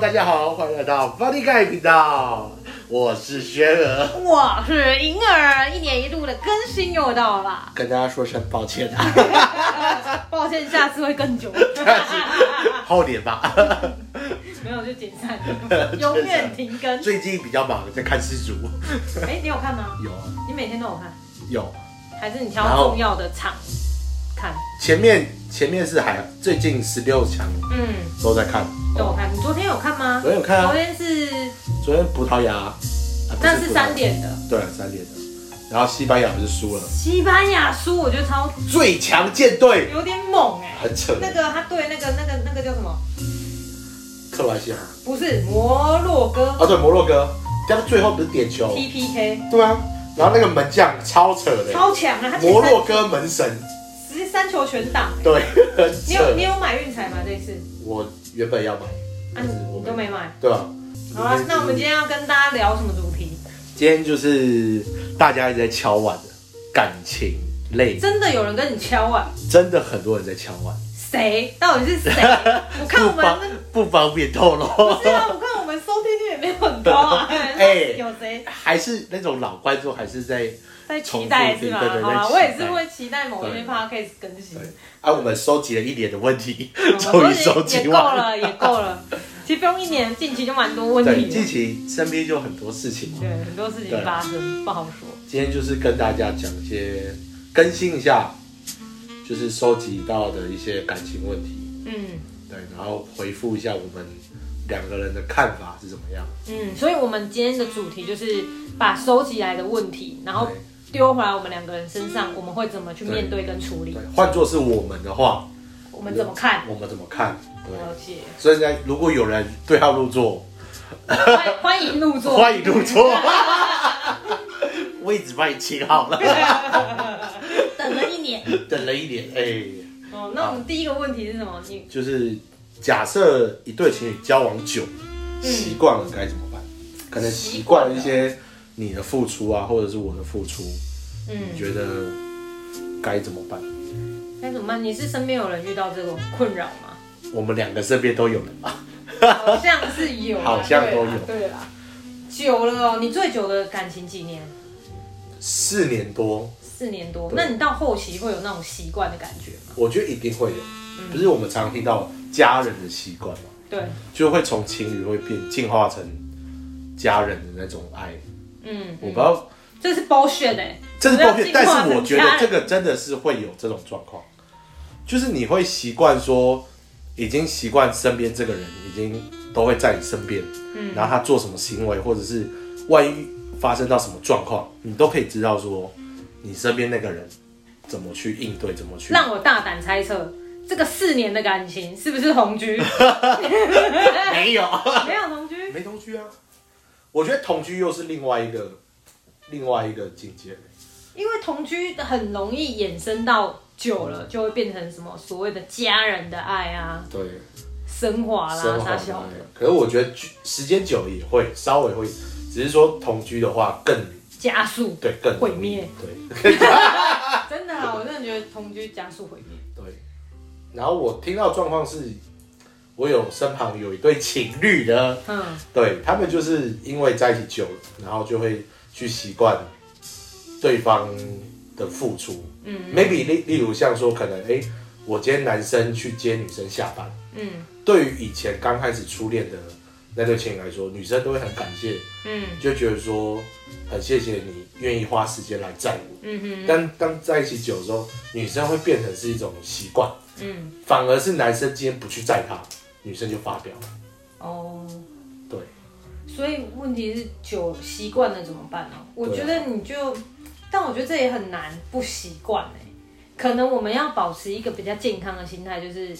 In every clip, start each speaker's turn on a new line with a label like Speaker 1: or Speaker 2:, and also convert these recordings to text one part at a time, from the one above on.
Speaker 1: 大家好，欢迎来到 Body Guy 频道，我是轩儿，
Speaker 2: 我是银儿，一年一度的更新又到了，
Speaker 1: 跟大家说声抱歉啊，
Speaker 2: 抱歉，下次会更久。
Speaker 1: 后年吧，
Speaker 2: 没有就解散，永远停更。
Speaker 1: 最近比较忙，在看世足，
Speaker 2: 哎、你有看吗？
Speaker 1: 有
Speaker 2: 你每天都有看，
Speaker 1: 有，
Speaker 2: 还是你挑重要的场看？
Speaker 1: 前面前面是还最近十六强
Speaker 2: 嗯，
Speaker 1: 都在看，
Speaker 2: 都有看。你昨天有看吗？
Speaker 1: 昨天有看
Speaker 2: 昨
Speaker 1: 啊，
Speaker 2: 天是
Speaker 1: 昨天葡萄牙，啊不
Speaker 2: 那是
Speaker 1: 葡萄牙
Speaker 2: 三，点的，
Speaker 1: 对，三点的，然后西班牙不是输了，
Speaker 2: 西班牙输，我觉得超
Speaker 1: 最强舰队
Speaker 2: 有点猛哎、
Speaker 1: 很扯，
Speaker 2: 那个他对那个那个那个叫什么？
Speaker 1: 克罗西亚，啊
Speaker 2: 不是摩洛哥
Speaker 1: 啊对，摩洛哥，他们最后不是点球，
Speaker 2: T P K，
Speaker 1: 对啊，然后那个门将超扯的，
Speaker 2: 超强啊！他前
Speaker 1: 摩
Speaker 2: 三
Speaker 1: 洛哥门神，
Speaker 2: 十三球全挡、欸。
Speaker 1: 对，很
Speaker 2: 你有你
Speaker 1: 扯。
Speaker 2: 有买运彩吗？这一次？
Speaker 1: 我原本要买，
Speaker 2: 啊，你都没买。
Speaker 1: 对吧？啊
Speaker 2: 好了，那我们今天要跟大家聊什么主题？
Speaker 1: 今天就是大家一直在敲碗的感情类，
Speaker 2: 真的有人跟你敲啊？
Speaker 1: 真的很多人在敲碗，
Speaker 2: 谁？到底 是谁？我看我
Speaker 1: 不
Speaker 2: 们
Speaker 1: 方
Speaker 2: 那
Speaker 1: 不方便透露。
Speaker 2: 不是啊，我看我们收听率也没有很高啊。
Speaker 1: 哎
Speaker 2: 有谁
Speaker 1: 还是那种老观众，还是在
Speaker 2: 在期待是吗？
Speaker 1: 重复听对对在
Speaker 2: 好啦，
Speaker 1: 期待
Speaker 2: 我也是会期待某一些
Speaker 1: 对
Speaker 2: podcast 更新
Speaker 1: 对。啊，我们收集了一年的问题，
Speaker 2: 好吧
Speaker 1: 终于收
Speaker 2: 也
Speaker 1: 集
Speaker 2: 够
Speaker 1: 完。
Speaker 2: 了，也够了。其实不用一年，近期就蛮多问
Speaker 1: 对，
Speaker 2: 题
Speaker 1: 近
Speaker 2: 的。
Speaker 1: 期身边就很多事情嘛。
Speaker 2: 对，很多事
Speaker 1: 对
Speaker 2: 情发生，不好说。
Speaker 1: 今天就是跟大家讲一些更新一下，就是收集到的一些感情问题。
Speaker 2: 嗯
Speaker 1: 对，然后回复一下我们两个人的看法是怎么样。
Speaker 2: 嗯，所以我们今天的主题就是把收集来的问题，然后
Speaker 1: 对
Speaker 2: 丢回来我们两个人身上，我们会怎么去面对跟处理
Speaker 1: 对？，换作是我们的话，
Speaker 2: 我们怎么看？
Speaker 1: 我们怎么看？对，
Speaker 2: 了解，
Speaker 1: 所以呢，如果有人对号入座，
Speaker 2: 欢 欢迎入座，
Speaker 1: 欢迎入座， 位置帮你请好了。
Speaker 2: 等了一年。
Speaker 1: 等了一年，哎，
Speaker 2: 哦，那我们第一个问题是什么？你
Speaker 1: 就是假设一对情侣交往久，习惯了该怎么办？可能嗯习惯了一些你的付出啊，或者是我的付出，你
Speaker 2: 嗯，
Speaker 1: 觉得该怎么办？
Speaker 2: 该怎么办？你是身边有人遇到这种困扰 吗？
Speaker 1: 我们两个身边都有人吧？
Speaker 2: 好像是有啊，
Speaker 1: 好像都有
Speaker 2: 对啦对啦，久了哦，你最久的感情几年？
Speaker 1: 四年多，
Speaker 2: 四年多。
Speaker 1: 对
Speaker 2: 那你到后期会有那种习惯的感觉吗？
Speaker 1: 啊我觉得一定会有，
Speaker 2: 嗯
Speaker 1: 不是我们常听到家人的习惯嘛，
Speaker 2: 对，
Speaker 1: 就会从情侣会变进化成家人的那种爱。
Speaker 2: 嗯，
Speaker 1: 我不知道
Speaker 2: 这是 bullshit 哎、
Speaker 1: 这是
Speaker 2: 不要
Speaker 1: bullshit，
Speaker 2: 进化
Speaker 1: 但
Speaker 2: 成
Speaker 1: 是我觉得
Speaker 2: 家人
Speaker 1: 这个真的是会有这种状况，就是你会习惯说，已经习惯身边这个人已经都会在你身边，
Speaker 2: 嗯
Speaker 1: 然后他做什么行为，或者是万一发生到什么状况，你都可以知道说，你身边那个人怎么去应对，怎么去
Speaker 2: 让我大胆猜测，这个四年的感情是不是同 居？
Speaker 1: 没有。
Speaker 2: 没有同居，
Speaker 1: 没同居啊。我觉得同居又是另外一个另外一个境界。
Speaker 2: 因为同居很容易衍生到久了，就会变成什么所谓的家人的爱啊、
Speaker 1: 对，
Speaker 2: 升华啦、
Speaker 1: 生
Speaker 2: 啥
Speaker 1: 活
Speaker 2: 小
Speaker 1: 嘛
Speaker 2: 的
Speaker 1: 可是我觉得居时间久了也会稍微会，只是说同居的话更
Speaker 2: 加速，
Speaker 1: 对更
Speaker 2: 毁灭。
Speaker 1: 对
Speaker 2: 真的啊，我真的觉得同居加速毁灭。
Speaker 1: 对。然后我听到状况是，我有身旁有一对情侣呢，
Speaker 2: 嗯，
Speaker 1: 对他们就是因为在一起久了，然后就会去习惯对方的付出。
Speaker 2: 嗯
Speaker 1: ，maybe 例例如像说可能哎、诶我今天男生去接女生下班，
Speaker 2: 嗯
Speaker 1: 对于以前刚开始初恋的那对情侣来说，女生都会很感谢，
Speaker 2: 嗯
Speaker 1: 就觉得说很谢谢你愿意花时间来载我。
Speaker 2: 嗯哼
Speaker 1: 但当在一起久之后，女生会变成是一种习惯，
Speaker 2: 嗯，
Speaker 1: 反而是男生今天不去载她，女生就发飙。
Speaker 2: 哦，
Speaker 1: 对，
Speaker 2: 所以问题是久习惯了怎么办呢、我
Speaker 1: 对啊
Speaker 2: 觉得你就，但我觉得这也很难不习惯哎。可能我们要保持一个比较健康的心态，就是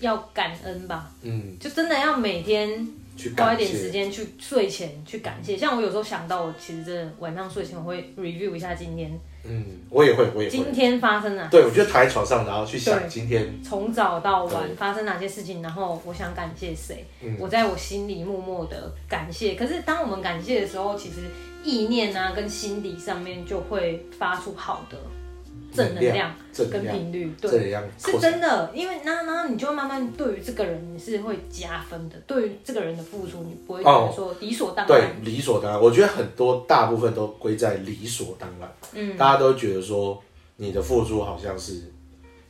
Speaker 2: 要感恩吧，
Speaker 1: 嗯，
Speaker 2: 就真的要每天
Speaker 1: 去
Speaker 2: 花一
Speaker 1: 感
Speaker 2: 点时
Speaker 1: 谢。
Speaker 2: 间去睡前去感谢。像我有时候想到，我其实真的晚上睡前我会 review 一下今天
Speaker 1: 嗯，我也会，我也
Speaker 2: 今
Speaker 1: 会。
Speaker 2: 天发生了
Speaker 1: 对，我就躺在床上，然后去想
Speaker 2: 对
Speaker 1: 今天
Speaker 2: 从早到晚
Speaker 1: 对
Speaker 2: 发生哪些事情，然后我想感谢谁，
Speaker 1: 嗯
Speaker 2: 我在我心里默默的感谢。可是当我们感谢的时候，其实意念啊跟心理上面就会发出好的正能量
Speaker 1: 正能
Speaker 2: 跟
Speaker 1: 量
Speaker 2: 频率，
Speaker 1: 这
Speaker 2: 对，
Speaker 1: 样
Speaker 2: 是真的。因为那那你就会慢慢对于这个人你是会加分的，对于这个人的付出，你不会觉得说理所当
Speaker 1: 哦对
Speaker 2: 然。
Speaker 1: 理所当然。我觉得很多大部分都归在理所当然，
Speaker 2: 嗯
Speaker 1: 大家都觉得说你的付出好像是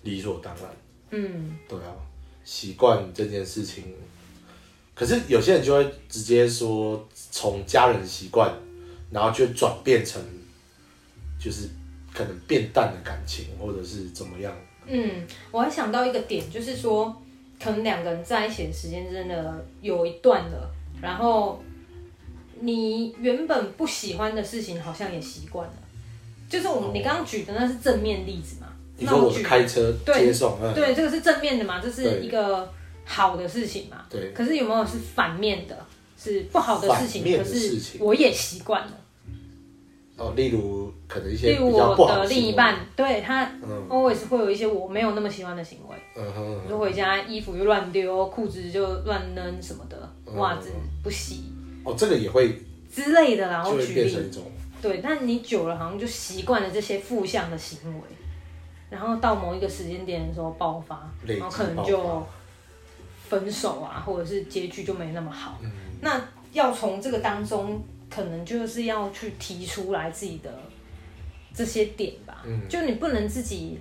Speaker 1: 理所当然。
Speaker 2: 嗯，
Speaker 1: 对啊，习惯这件事情，可是有些人就会直接说从家人习惯，然后就转变成就是可能变淡的感情，或者是怎么样。
Speaker 2: 嗯，我还想到一个点，就是说，可能两个人在一起的时间真的有一段了，然后你原本不喜欢的事情好像也习惯了，就是我们、你刚刚举的那是正面例子嘛？
Speaker 1: 你
Speaker 2: 那
Speaker 1: 说我
Speaker 2: 举
Speaker 1: 开车
Speaker 2: 对
Speaker 1: 接送，嗯，
Speaker 2: 对，这个是正面的嘛，这是
Speaker 1: 对
Speaker 2: 一个好的事情嘛。
Speaker 1: 对
Speaker 2: 可是有没有是反面的，是不好的事情？
Speaker 1: 反面的
Speaker 2: 可是
Speaker 1: 事情
Speaker 2: 我也习惯了。
Speaker 1: 哦，例如可能一
Speaker 2: 例
Speaker 1: 些
Speaker 2: 如
Speaker 1: 比较不
Speaker 2: 我
Speaker 1: 好
Speaker 2: 的
Speaker 1: 行为
Speaker 2: 另一半，，对他
Speaker 1: 嗯
Speaker 2: always 会有一些我没有那么喜欢的行为。
Speaker 1: 嗯哼，
Speaker 2: 就回家衣服就乱丢，裤子就乱扔什么的，
Speaker 1: 嗯
Speaker 2: 袜子不洗
Speaker 1: 哦，这个也会
Speaker 2: 之类的啦。
Speaker 1: 就
Speaker 2: 我
Speaker 1: 会
Speaker 2: 举
Speaker 1: 变成一
Speaker 2: 例，
Speaker 1: 种，
Speaker 2: 对，但你久了好像就习惯了这些负向的行为，然后到某一个时间点的时候爆发，
Speaker 1: 累积
Speaker 2: 然后可能
Speaker 1: 爆
Speaker 2: 就
Speaker 1: 发
Speaker 2: 分手啊，或者是结局就没那么好。
Speaker 1: 嗯
Speaker 2: 那要从这个当中，可能就是要去提出来自己的这些点吧。
Speaker 1: 嗯
Speaker 2: 就你不能自己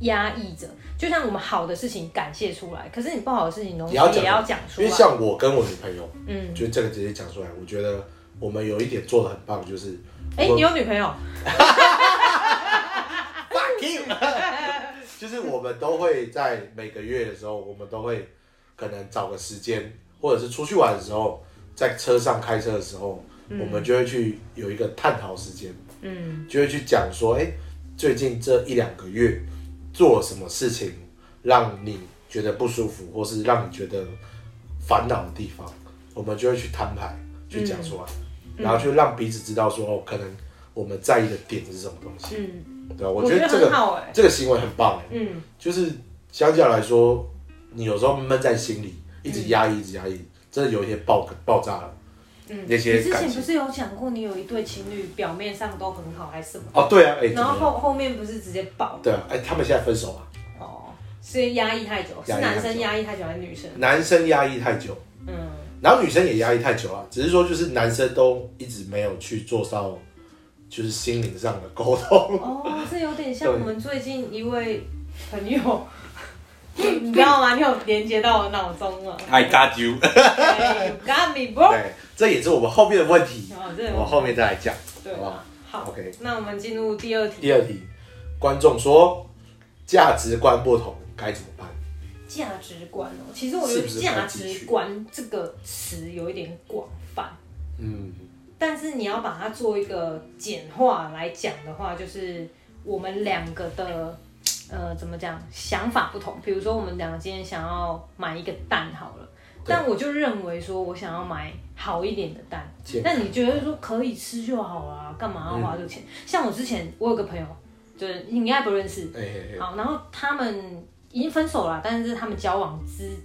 Speaker 2: 压抑着，就像我们好的事情感谢出来，可是你不好的事情同时
Speaker 1: 你要讲
Speaker 2: 也要讲出
Speaker 1: 因为
Speaker 2: 来。
Speaker 1: 像我跟我女朋友，
Speaker 2: 嗯，
Speaker 1: 就这个直接讲出来，我觉得我们有一点做的很棒，就是
Speaker 2: 哎、
Speaker 1: 我
Speaker 2: 你有女朋友？
Speaker 1: fuck you，就是我们都会在每个月的时候，我们都会可能找个时间，或者是出去玩的时候，在车上开车的时候，我们就会去有一个探讨时间，
Speaker 2: 嗯
Speaker 1: 就会去讲说，哎、最近这一两个月做了什么事情让你觉得不舒服，或是让你觉得烦恼的地方，我们就会去摊牌，去讲出来，
Speaker 2: 嗯
Speaker 1: 然后就让彼此知道说，哦，可能我们在意的点是什么东西。
Speaker 2: 嗯，
Speaker 1: 对啊，我
Speaker 2: 我
Speaker 1: 觉得
Speaker 2: 觉得
Speaker 1: 这个
Speaker 2: 很好哎、
Speaker 1: 这个行为很棒欸，
Speaker 2: 嗯，
Speaker 1: 就是相较来说，你有时候闷在心里，一直压抑，一直压抑，真的有一天爆爆炸了。
Speaker 2: 嗯
Speaker 1: 那些
Speaker 2: 你之
Speaker 1: 感
Speaker 2: 前
Speaker 1: 情
Speaker 2: 不是有讲过，你有一对情侣表面上都很好，还是什么？
Speaker 1: 哦，对啊，哎、怎
Speaker 2: 然后
Speaker 1: 么样？
Speaker 2: 后后面不是直接爆
Speaker 1: 对啊，哎、他们现在分手了，
Speaker 2: 哦，是压抑太久，是
Speaker 1: 压抑太
Speaker 2: 男
Speaker 1: 久
Speaker 2: 生压抑太久还是女生？
Speaker 1: 男生压抑太久，
Speaker 2: 嗯
Speaker 1: 然后女生也压抑太久了，只是说就是男生都一直没有去做到，就是心灵上的沟 通。
Speaker 2: 哦，这有点像
Speaker 1: 对
Speaker 2: 我们最近一 位朋友，你知道吗？你有连接到我脑中了。
Speaker 3: I got you。
Speaker 2: 哎 you got me, bro。
Speaker 1: 对，这也是我们后面的问题，
Speaker 2: 哦，这
Speaker 1: 我后面再来讲，
Speaker 2: 对
Speaker 1: 好不好
Speaker 2: 啊？，好
Speaker 1: OK
Speaker 2: 那我们进入第二题，
Speaker 1: 第二题，观众说价值观不同该怎么办？
Speaker 2: 价值观哦。其实我觉
Speaker 1: 是
Speaker 2: 得
Speaker 1: 不是
Speaker 2: 价
Speaker 1: 太急
Speaker 2: 值
Speaker 1: 取
Speaker 2: 观这个词有一点广泛，
Speaker 1: 嗯，
Speaker 2: 但是你要把它做一个简化来讲的话，就是我们两个的呃怎么讲想法不同。比如说，我们两个今天想要买一个蛋好了，
Speaker 1: 对
Speaker 2: 但我就认为说我想要买好一点的蛋
Speaker 1: 健，
Speaker 2: 但你觉得说可以吃就好啊，干嘛要花这个
Speaker 1: 嗯
Speaker 2: 钱？像我之前我有个朋友，就是你应该不认识，
Speaker 1: 哎、嘿嘿
Speaker 2: 好，然后他们已经分手了，但是他们交往之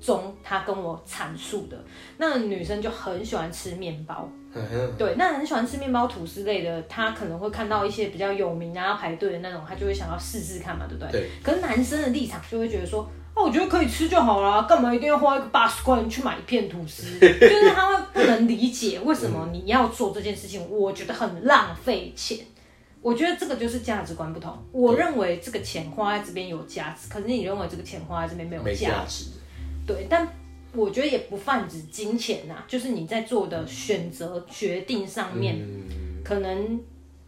Speaker 2: 中，他跟我阐述的，那个女生就很喜欢吃面包，
Speaker 1: 嗯哼。
Speaker 2: 对，那很喜欢吃面包、吐司类的，她可能会看到一些比较有名啊、要排队的那种，她就会想要试试看嘛，对不对？
Speaker 1: 对。
Speaker 2: 可是男生的立场就会觉得说。哦，我觉得可以吃就好啦，干嘛一定要花一个八十块钱去买一片吐 司？就是他会不能理解为什么你要做这件事情，我觉得很浪费钱。我觉得这个就是价值观不同。我
Speaker 1: 对
Speaker 2: 认为这个钱花在这边有价值，可是你认为这个钱花在这边没有
Speaker 1: 没
Speaker 2: 价
Speaker 1: 价
Speaker 2: 值。
Speaker 1: 值。
Speaker 2: 对，但我觉得也不泛指金钱呐、啊就是你在做的选择决定上面，
Speaker 1: 嗯，
Speaker 2: 可能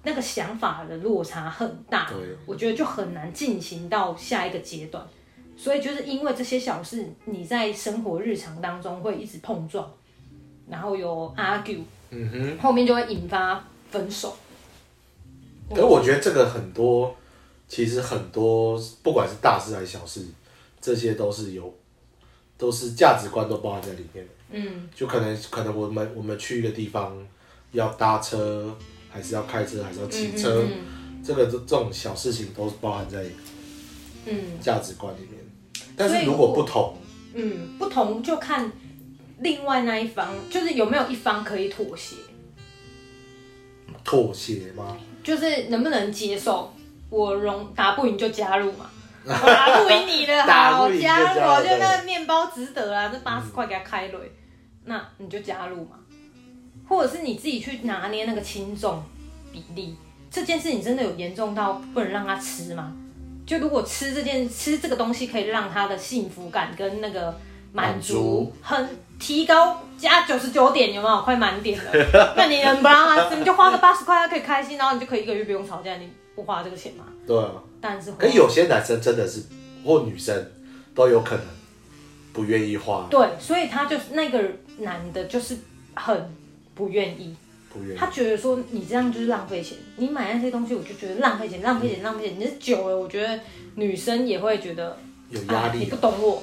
Speaker 2: 那个想法的落差很大
Speaker 1: 对，
Speaker 2: 我觉得就很难进行到下一个阶段。所以就是因为这些小事，你在生活日常当中会一直碰撞，然后有 argue，
Speaker 1: 嗯哼。
Speaker 2: 后面就会引发分手。
Speaker 1: 可是我觉得这个很多，其实很多，不管是大事还是小事，这些都是有，都是价值观都包含在里面的。
Speaker 2: 嗯
Speaker 1: 就可能可能我们我们去一个地方，要搭车，还是要开车，还是要骑车，
Speaker 2: 嗯
Speaker 1: 这个这这种小事情都包含在
Speaker 2: 嗯
Speaker 1: 价值观里面。但
Speaker 2: 所以
Speaker 1: 是如
Speaker 2: 我
Speaker 1: 果不同，
Speaker 2: 嗯，不同就看另外那一方，就是有没有一方可以妥协。
Speaker 1: 妥协吗？
Speaker 2: 就是能不能接受我容打不赢就加入 嘛，我打不赢你了，
Speaker 1: 打
Speaker 2: 好
Speaker 1: 不赢就加入嗯
Speaker 2: 加入，我觉
Speaker 1: 对
Speaker 2: 得那个面包值得啦，这八十块给他开了，那你就加入嘛，或者是你自己去拿捏那个轻重比例，这件事情真的有严重到不能让他吃吗？就如果吃这件吃这个东西可以让他的幸福感跟那个满足很提高加九十九点，有没有？快满点 了，那你能不让他吃？你就花个八十块，他可以开心，然后你就可以一个月不用吵架，你不花这个钱吗？
Speaker 1: 对啊。
Speaker 2: 但是会
Speaker 1: 可有些男生真的是或女生都有可能不愿意花，
Speaker 2: 对，所以他就是那个男的，就是很不愿意，
Speaker 1: 不愿意
Speaker 2: 他。觉得说你这样就是浪费钱，你买那些东西我就觉得浪费钱，浪费钱，浪费钱。你是久了，我觉得女生也会觉得
Speaker 1: 有压
Speaker 2: 啊你
Speaker 1: 力嗯
Speaker 2: 不，懂我，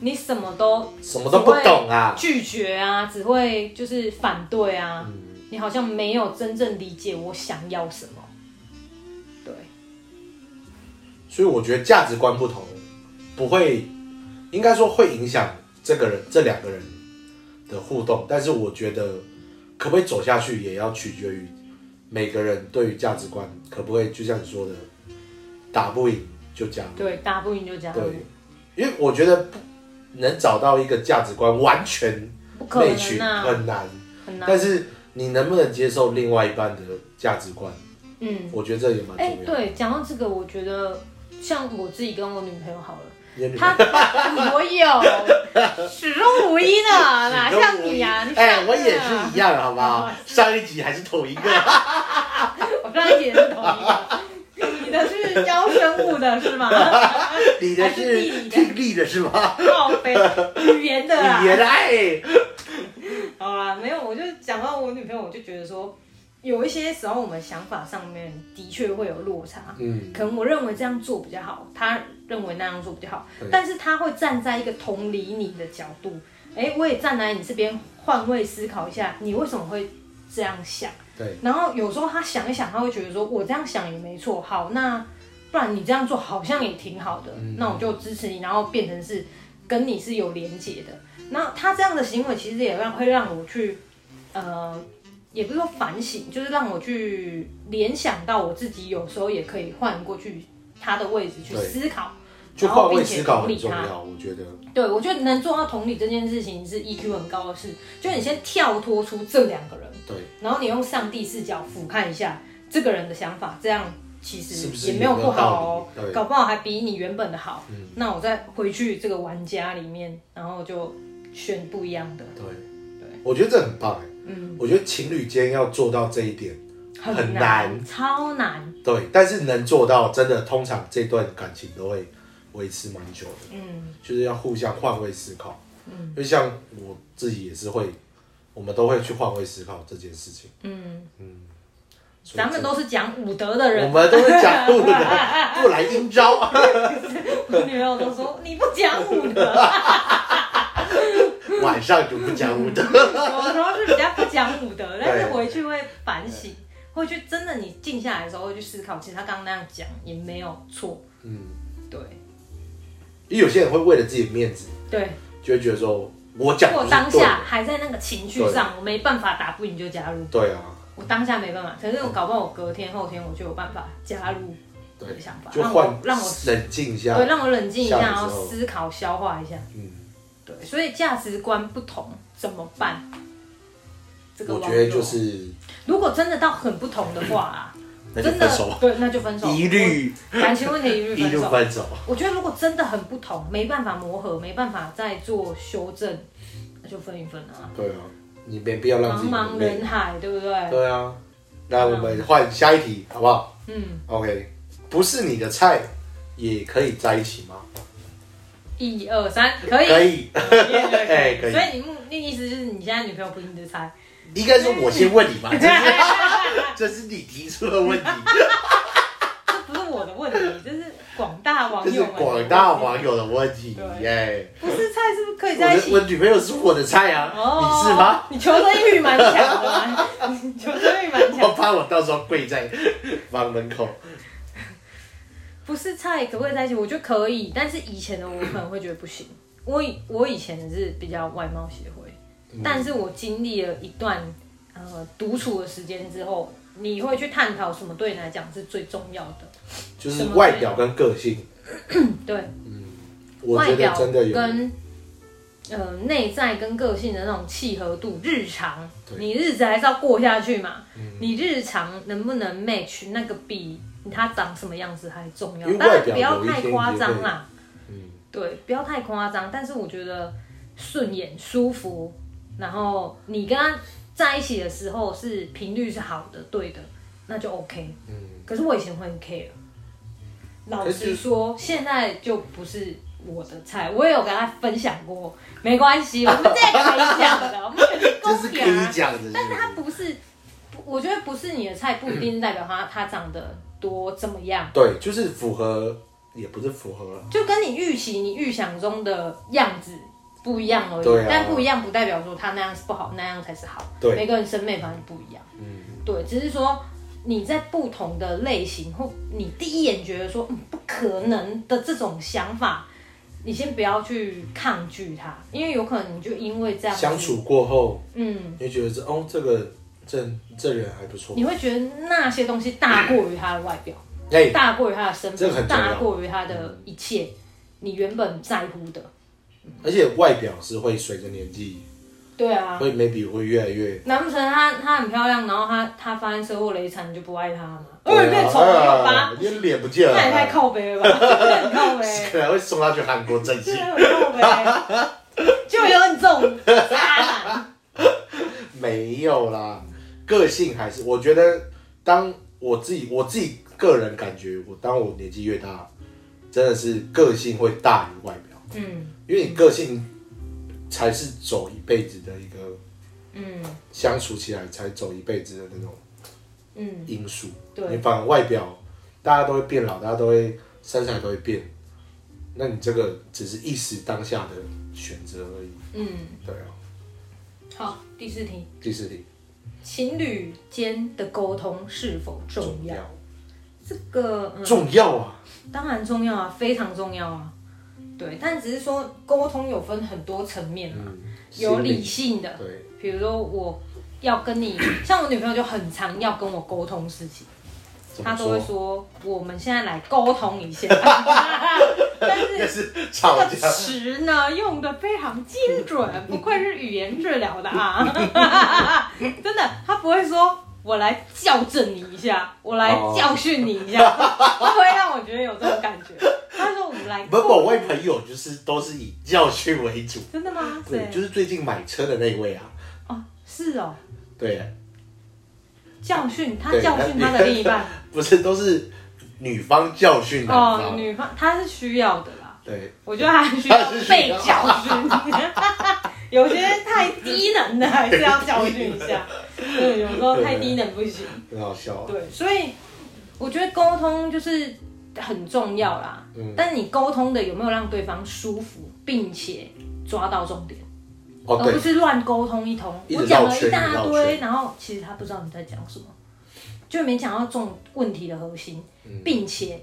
Speaker 2: 你什么都
Speaker 1: 什么都不懂啊。
Speaker 2: 拒绝啊，只会就是反对啊，
Speaker 1: 嗯
Speaker 2: 你好像没有真正理解我想要什么。对，
Speaker 1: 所以我觉得价值观不同，不会，应该说会影响这个人这两个人的互动。但是我觉得，可不可以走下去，也要取决于每个人对于价值观可不可以，就像你说的，打不赢就加入。
Speaker 2: 对，打不赢就加入，
Speaker 1: 对，因为我觉得不能找到一个价值观完全
Speaker 2: 不可
Speaker 1: 内取
Speaker 2: 能啊，
Speaker 1: 很难，
Speaker 2: 很难。
Speaker 1: 但是你能不能接受另外一半的价值观，
Speaker 2: 嗯，
Speaker 1: 我觉得这也蛮
Speaker 2: 哎、
Speaker 1: 重要。
Speaker 2: 对，讲到这个，我觉得像我自己跟我女朋友好了。
Speaker 1: 你女朋友
Speaker 2: 他 我有，始终如一呢，哪像你啊？你哦
Speaker 1: 哎、
Speaker 2: 像
Speaker 1: 我也
Speaker 2: 啊
Speaker 1: 是一样，好不好？上一集还是同一个，
Speaker 2: 我上一集也是同一个。你的是教生物 的是吗？
Speaker 1: 你的
Speaker 2: 还是地
Speaker 1: 是
Speaker 2: 理的
Speaker 1: 听力的是吗？
Speaker 2: 靠背语言的啊
Speaker 1: 语。言的哎，
Speaker 2: 好啦，没有，我就讲到我女朋友，我就觉得说，有一些时候我们想法上面的确会有落差。
Speaker 1: 嗯，
Speaker 2: 可能我认为这样做比较好，他认为那样做比较好
Speaker 1: 对，
Speaker 2: 但是他会站在一个同理你的角度，哎、我也站来你这边换位思考一下，你为什么会这样想？
Speaker 1: 对，
Speaker 2: 然后有时候他想一想，他会觉得说，我这样想也没错，好，那不然你这样做好像也挺好的，那我就支持你，然后变成是跟你是有连结的。那他这样的行为其实也让会让我去，呃，也不是说反省，就是让我去联想到我自己有时候也可以换过去他的位置去
Speaker 1: 对
Speaker 2: 思考，
Speaker 1: 就
Speaker 2: 然后
Speaker 1: 换
Speaker 2: 并
Speaker 1: 位
Speaker 2: 且
Speaker 1: 思考
Speaker 2: 同
Speaker 1: 很
Speaker 2: 理
Speaker 1: 重
Speaker 2: 他。
Speaker 1: 要，我觉得
Speaker 2: 对，我觉得能做到同理这件事情是 EQ 很高的事，就你先跳脱出这两个人。
Speaker 1: 对，
Speaker 2: 然后你用上帝视角俯瞰一下这个人的想法，这样其
Speaker 1: 是不
Speaker 2: 实
Speaker 1: 是
Speaker 2: 也没有不好哦
Speaker 1: 道，理？对，嗯
Speaker 2: 搞不好还比你原本的好。那我再回去这个玩家里面，然后就选不一样的，
Speaker 1: 对，
Speaker 2: 对
Speaker 1: 我觉得这很棒哎，
Speaker 2: 嗯，
Speaker 1: 我觉得情侣间要做到这一点，
Speaker 2: 很
Speaker 1: 很难
Speaker 2: 超难，
Speaker 1: 对，但是能做到，真的通常这段感情都会维持蛮久的。
Speaker 2: 嗯
Speaker 1: 就是要互相换位思考。
Speaker 2: 嗯，
Speaker 1: 就像我自己也是会，我们都会去换位思考这件事情。
Speaker 2: 嗯，
Speaker 1: 所以
Speaker 2: 咱们
Speaker 1: 这
Speaker 2: 都是讲武德的
Speaker 1: 我
Speaker 2: 人，
Speaker 1: 们都是讲不的，不来阴招。啊
Speaker 2: 我女朋友都说你不讲武德，
Speaker 1: 晚上就不讲武德。
Speaker 2: 有时候是比较不讲武德，但
Speaker 1: 对
Speaker 2: 是回去会反省，会去真的你静下来的时候会去思考，其实他刚刚那样讲也没有错，
Speaker 1: 嗯，
Speaker 2: 对
Speaker 1: 因为有些人会为了自己的面子，
Speaker 2: 对。
Speaker 1: 就会觉得说我讲
Speaker 2: 我
Speaker 1: 不
Speaker 2: 当
Speaker 1: 是对
Speaker 2: 下
Speaker 1: 的。
Speaker 2: 还在那个情绪上，我没办法打不赢就加入。
Speaker 1: 对啊，
Speaker 2: 我当下没办法，可是我搞不好我隔天后天我就有办法加入我
Speaker 1: 对
Speaker 2: 的想法，，
Speaker 1: 就
Speaker 2: 让我
Speaker 1: 换
Speaker 2: 让我
Speaker 1: 冷静一下
Speaker 2: 对。让我冷静一下，
Speaker 1: 下午
Speaker 2: 然
Speaker 1: 之后
Speaker 2: 后思考消化一下。
Speaker 1: 嗯，
Speaker 2: 对，所以价值观不同怎么办？这个
Speaker 1: 我
Speaker 2: 网友
Speaker 1: 觉得就是
Speaker 2: 如果真的到很不同的话啊，
Speaker 1: 那就
Speaker 2: 真的
Speaker 1: 分手，
Speaker 2: 对，那就分手，
Speaker 1: 一律
Speaker 2: 我感情问题一 律
Speaker 1: 一
Speaker 2: 分
Speaker 1: 律
Speaker 2: 手。
Speaker 1: 分手。
Speaker 2: 我觉得如果真的很不同，没办法磨合，没办法再做修正，那就分一分啊。
Speaker 1: 对啊，你没必要让自
Speaker 2: 茫
Speaker 1: 己
Speaker 2: 茫
Speaker 1: 很累。
Speaker 2: 人海，对不对？
Speaker 1: 对啊，那我们换下一题好不好？
Speaker 2: 嗯，
Speaker 1: OK，不是你的菜也可以在一起吗？
Speaker 2: 一二三，可以，
Speaker 1: 可以， 哎
Speaker 2: 哎
Speaker 1: 可以
Speaker 2: 所以你目那意思就是你现在女朋友不是你 的菜，
Speaker 1: 应该是我先问你吧，这是这是你提出的问题，
Speaker 2: 这不是我的问题，这是广大网
Speaker 1: 这是
Speaker 2: 友们的问
Speaker 1: 广
Speaker 2: 题
Speaker 1: 大网友的问题
Speaker 2: 对
Speaker 1: 耶。
Speaker 2: 不是菜是不是可以
Speaker 1: 我
Speaker 2: 在一
Speaker 1: 的
Speaker 2: 起？哦
Speaker 1: 我女朋友是我的菜啊，你是吗？？
Speaker 2: 你求生欲蛮强的啊，你求生欲蛮
Speaker 1: 我
Speaker 2: 强。
Speaker 1: 怕我到时候跪在房门口。
Speaker 2: 不是菜可不可以在一起？我觉得可以，但是以前的我可能会觉得不行。我以我以前是比较外
Speaker 1: 嗯
Speaker 2: 貌协会，但是我经历了一段呃独处的时间之后，你会去探讨什么对你来讲是最重要的。
Speaker 1: 就是外表跟个性，
Speaker 2: 对，
Speaker 1: 我觉
Speaker 2: 外
Speaker 1: 得
Speaker 2: 表
Speaker 1: 真的有
Speaker 2: 跟呃内在跟个性的那种契合度，日常
Speaker 1: 对嗯
Speaker 2: 你日子还是要过下去嘛。你日常能不能 match 那个比他长什么样子还重要
Speaker 1: 因为，
Speaker 2: 当
Speaker 1: 外
Speaker 2: 然
Speaker 1: 表
Speaker 2: 不要太夸
Speaker 1: 有一
Speaker 2: 张
Speaker 1: 些也
Speaker 2: 啦。
Speaker 1: 嗯
Speaker 2: 对，不要太夸张，但是我觉得顺眼、舒服，然后你跟他在一起的时候是频率是好的，对的，那就 OK。可是我以前会很 care，老
Speaker 1: 嗯可
Speaker 2: 实
Speaker 1: 是
Speaker 2: 说，现在就不是我的菜。我也有跟他分享过，没 关系，我们这个可以讲的，我们可以
Speaker 1: 就是
Speaker 2: 公
Speaker 1: 可以
Speaker 2: 平啊。
Speaker 1: 讲的，
Speaker 2: 但是他不是，不我觉得不是你的菜，不一定代表他他长得多怎么样，
Speaker 1: 对，就是符合，也不是符合啊了，
Speaker 2: 就跟你预期、你预想中的样子。不一样而已，
Speaker 1: 对啊
Speaker 2: 但不一样不代表说他那样是不好，那样才是好。
Speaker 1: 对
Speaker 2: 每个人审美反正不一样。
Speaker 1: 嗯，
Speaker 2: 对，只是说你在不同的类型或你第一眼觉得说、嗯、不可能的这种想法，你先不要去抗拒它，因为有可能你就因为这样子
Speaker 1: 相，处过后，
Speaker 2: 嗯，
Speaker 1: 你会觉得这哦，这个这这人还不错，
Speaker 2: 你会觉得那些东西大过于他的外表，
Speaker 1: 哎，
Speaker 2: 大过于他的身
Speaker 1: 这个很
Speaker 2: 份，
Speaker 1: 重要
Speaker 2: 大过于他的一切，你原本在乎的，
Speaker 1: 而且外表是会随着年纪，
Speaker 2: 对啊。
Speaker 1: 会 maybe 会越来越，
Speaker 2: 难不成她她很漂亮，然后她她发生车祸雷惨，你就不爱她吗？哦，
Speaker 1: 对啊
Speaker 2: 你变丑了，有
Speaker 1: 哎呀
Speaker 2: 吧？
Speaker 1: 你的脸不见了，
Speaker 2: 那也太靠北了吧，那很靠北。
Speaker 1: 可能会送他去韩国整形
Speaker 2: 真，的有够呗，就有你这种渣男，
Speaker 1: 没有啦，个性还是我觉得，当我自己我自己个人感觉，我当我年纪越大，真的是个性会大于外表，
Speaker 2: 嗯
Speaker 1: 因为你个性才是走一辈子的一个
Speaker 2: 嗯
Speaker 1: 相处起来才走一辈子的那种
Speaker 2: 嗯，
Speaker 1: 因素。你
Speaker 2: 对，
Speaker 1: 反而外表，大家都会变老，大家都会身材都会变，那你这个只是一时当下的选择而已。
Speaker 2: 嗯，
Speaker 1: 对啊，
Speaker 2: 好，第四题，
Speaker 1: 第四题
Speaker 2: 情侣间的沟通是否重
Speaker 1: 重
Speaker 2: 要？
Speaker 1: 要
Speaker 2: 这个、嗯、
Speaker 1: 重要啊，
Speaker 2: 当然重要啊，非常重要啊，对，但只是说沟通有分很多层面嘛，
Speaker 1: 嗯，
Speaker 2: 有
Speaker 1: 心
Speaker 2: 理性的，
Speaker 1: 对，
Speaker 2: 比如说我要 跟你，像我女朋友就很常要跟我沟通事情。
Speaker 1: 怎
Speaker 2: 他
Speaker 1: 么
Speaker 2: 都 会
Speaker 1: 说？
Speaker 2: 说，我们现在来沟通 一下，但
Speaker 1: 那
Speaker 2: 是
Speaker 1: 是
Speaker 2: 这
Speaker 1: 吵
Speaker 2: 个
Speaker 1: 架，
Speaker 2: 词呢用的非常精 准，不愧是语言治疗的啊！ 真的，他不会说我来校正你一下，我来教训你一下，
Speaker 1: 哦
Speaker 2: 他会让我觉得有这种感觉。他说我们 来
Speaker 1: 我
Speaker 2: 沟
Speaker 1: 们某位
Speaker 2: 通，
Speaker 1: 朋友就是都是以教训为主，
Speaker 2: 真的吗？
Speaker 1: 对，就是是最近买车的那位啊，
Speaker 2: 哦，是哦，
Speaker 1: 对，
Speaker 2: 教训他
Speaker 1: 对
Speaker 2: 教训他的另一半
Speaker 1: 不是都是女方教训男
Speaker 2: 哦，
Speaker 1: 方，
Speaker 2: 女方他是需要的啦。
Speaker 1: 对，
Speaker 2: 我觉得还需要被教训， 有些太低能的还是要教训一 下。对，有时候太低能不行。
Speaker 1: 很好笑啊，
Speaker 2: 对，所以我觉得沟通就是很重要啦。
Speaker 1: 嗯，
Speaker 2: 但你沟通的有没有让对方舒服，并且抓到重点，
Speaker 1: 哦
Speaker 2: 而不
Speaker 1: 对，
Speaker 2: 是乱沟通一通。
Speaker 1: 一直
Speaker 2: 我讲
Speaker 1: 绕
Speaker 2: 了
Speaker 1: 圈
Speaker 2: 一大
Speaker 1: 一直绕
Speaker 2: 堆，
Speaker 1: 圈
Speaker 2: 然后其实他不知道你在讲什么，就没讲到重问题的核心，
Speaker 1: 嗯
Speaker 2: 并且。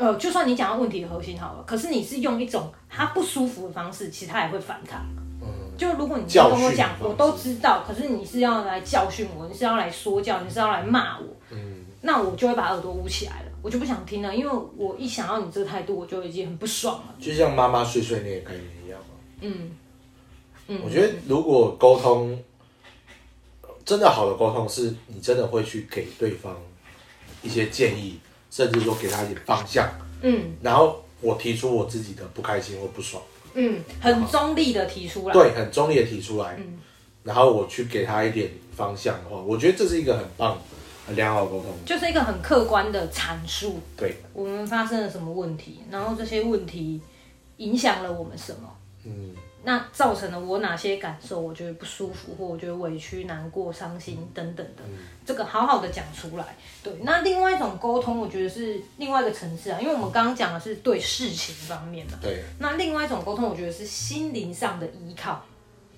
Speaker 2: 呃，就算你讲到问题的核心好了，可是你是用一种他不舒服的方式，其实他也会反抗。
Speaker 1: 嗯，
Speaker 2: 就如果你
Speaker 1: 教
Speaker 2: 跟
Speaker 1: 训
Speaker 2: 我讲
Speaker 1: 的，方式
Speaker 2: 我都知道，可是你是要来教训我，你是要来说教，你是要来骂我，
Speaker 1: 嗯
Speaker 2: 那我就会把耳朵捂起来了，我就不想听了，因为我一想到你这个态度，我就已经很不爽了。
Speaker 1: 就像妈妈碎碎念的概念一样嘛。
Speaker 2: 嗯嗯，
Speaker 1: 我觉得如果沟通真的好的沟通，是你真的会去给对方一些建议，甚至说给他一点方向，
Speaker 2: 嗯
Speaker 1: 然后我提出我自己的不开心或不爽，
Speaker 2: 嗯，很中立的提出来。
Speaker 1: 对，很中立的提出来，
Speaker 2: 嗯
Speaker 1: 然后我去给他一点方向的话，我觉得这是一个很棒、很良好的沟通。
Speaker 2: 就是一个很客观的阐述
Speaker 1: 对，
Speaker 2: 我们发生了什么问题，然后这些问题影响了我们什么，
Speaker 1: 嗯，
Speaker 2: 那造成了我哪些感受，我觉得不舒服，或我觉得委屈、难过、伤心等等的，
Speaker 1: 嗯
Speaker 2: 这个好好的讲出来。对，那另外一种沟通，我觉得是另外一个层次啊，因为我们刚刚讲的是对事情方面嘛，
Speaker 1: 对，
Speaker 2: 那另外一种沟通，我觉得是心灵上的依靠，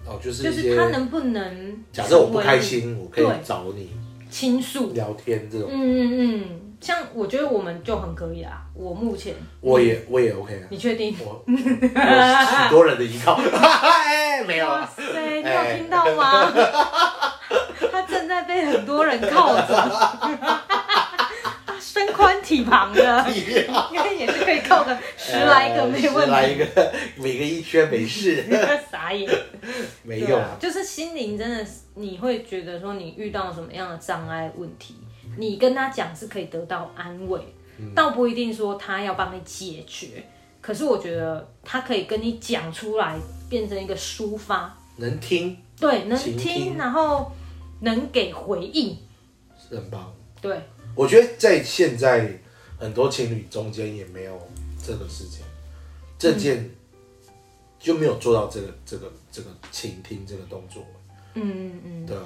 Speaker 1: 哦，就是
Speaker 2: 就
Speaker 1: 一
Speaker 2: 是他
Speaker 1: 些
Speaker 2: 能不能
Speaker 1: 假设我不开
Speaker 2: 成
Speaker 1: 心，我可以
Speaker 2: 对
Speaker 1: 找你
Speaker 2: 为你倾诉，
Speaker 1: 聊天这种，
Speaker 2: 嗯嗯嗯，像我觉得我们就很可以啦，我目前
Speaker 1: 我也我也 OK 啊。
Speaker 2: 你确定？
Speaker 1: 我 我是许多人的依 靠，哎，没有
Speaker 2: 哇
Speaker 1: 啊，
Speaker 2: 塞，你有听到吗？他正在在被很多人靠着， 身宽体庞的，应该也是可以靠个十来个没
Speaker 1: 哎
Speaker 2: 问
Speaker 1: 十来
Speaker 2: 题。
Speaker 1: 一个，每个一圈没事，
Speaker 2: 傻眼，
Speaker 1: 没
Speaker 2: 对
Speaker 1: 用。
Speaker 2: 啊，就是心灵真的是，你会觉得说你遇到什么样的障碍问题，你跟他讲是可以得到安慰，
Speaker 1: 嗯
Speaker 2: 倒不一定说他要帮你解决，可是我觉得他可以跟你讲出来，变成一个抒发，
Speaker 1: 能听
Speaker 2: 对，能
Speaker 1: 倾
Speaker 2: 听，
Speaker 1: 听
Speaker 2: 然后能给回应，
Speaker 1: 是很棒。
Speaker 2: 对，
Speaker 1: 我觉得在现在很多情侣中间也没有这个事情，这件就没有做到这个这个这个倾听这个动作，
Speaker 2: 嗯嗯
Speaker 1: 对啊，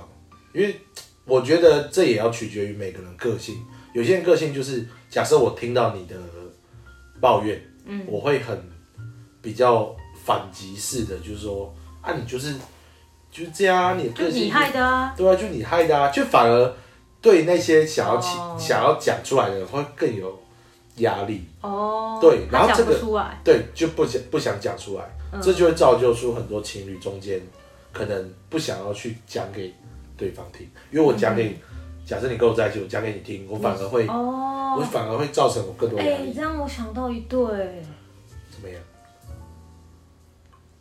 Speaker 1: 因为我觉得这也要取决于每个人个性，有些人个性就是假设我听到你的抱怨，嗯，我会很比较反击式的，就是说啊，你就是就是这样啊，你的
Speaker 2: 就
Speaker 1: 个性
Speaker 2: 你害的啊，
Speaker 1: 对啊，就你害的啊，就反而对那些想要起、
Speaker 2: 哦
Speaker 1: 想要讲出来的人会更有压力，
Speaker 2: 哦，
Speaker 1: 对然后
Speaker 2: 他讲
Speaker 1: 这
Speaker 2: 不
Speaker 1: 个
Speaker 2: 出来，
Speaker 1: 对，就不想不想讲出来，
Speaker 2: 嗯
Speaker 1: 这就会造就出很多情侣中间可能不想要去讲给对方听，因为我讲给你，假设你跟我在一起，我讲给你听，我反而会、哎我
Speaker 2: 嗯哦，
Speaker 1: 反而会造成我更多
Speaker 2: 哎、
Speaker 1: 压力，
Speaker 2: 这让我想到一对。
Speaker 1: 怎么样？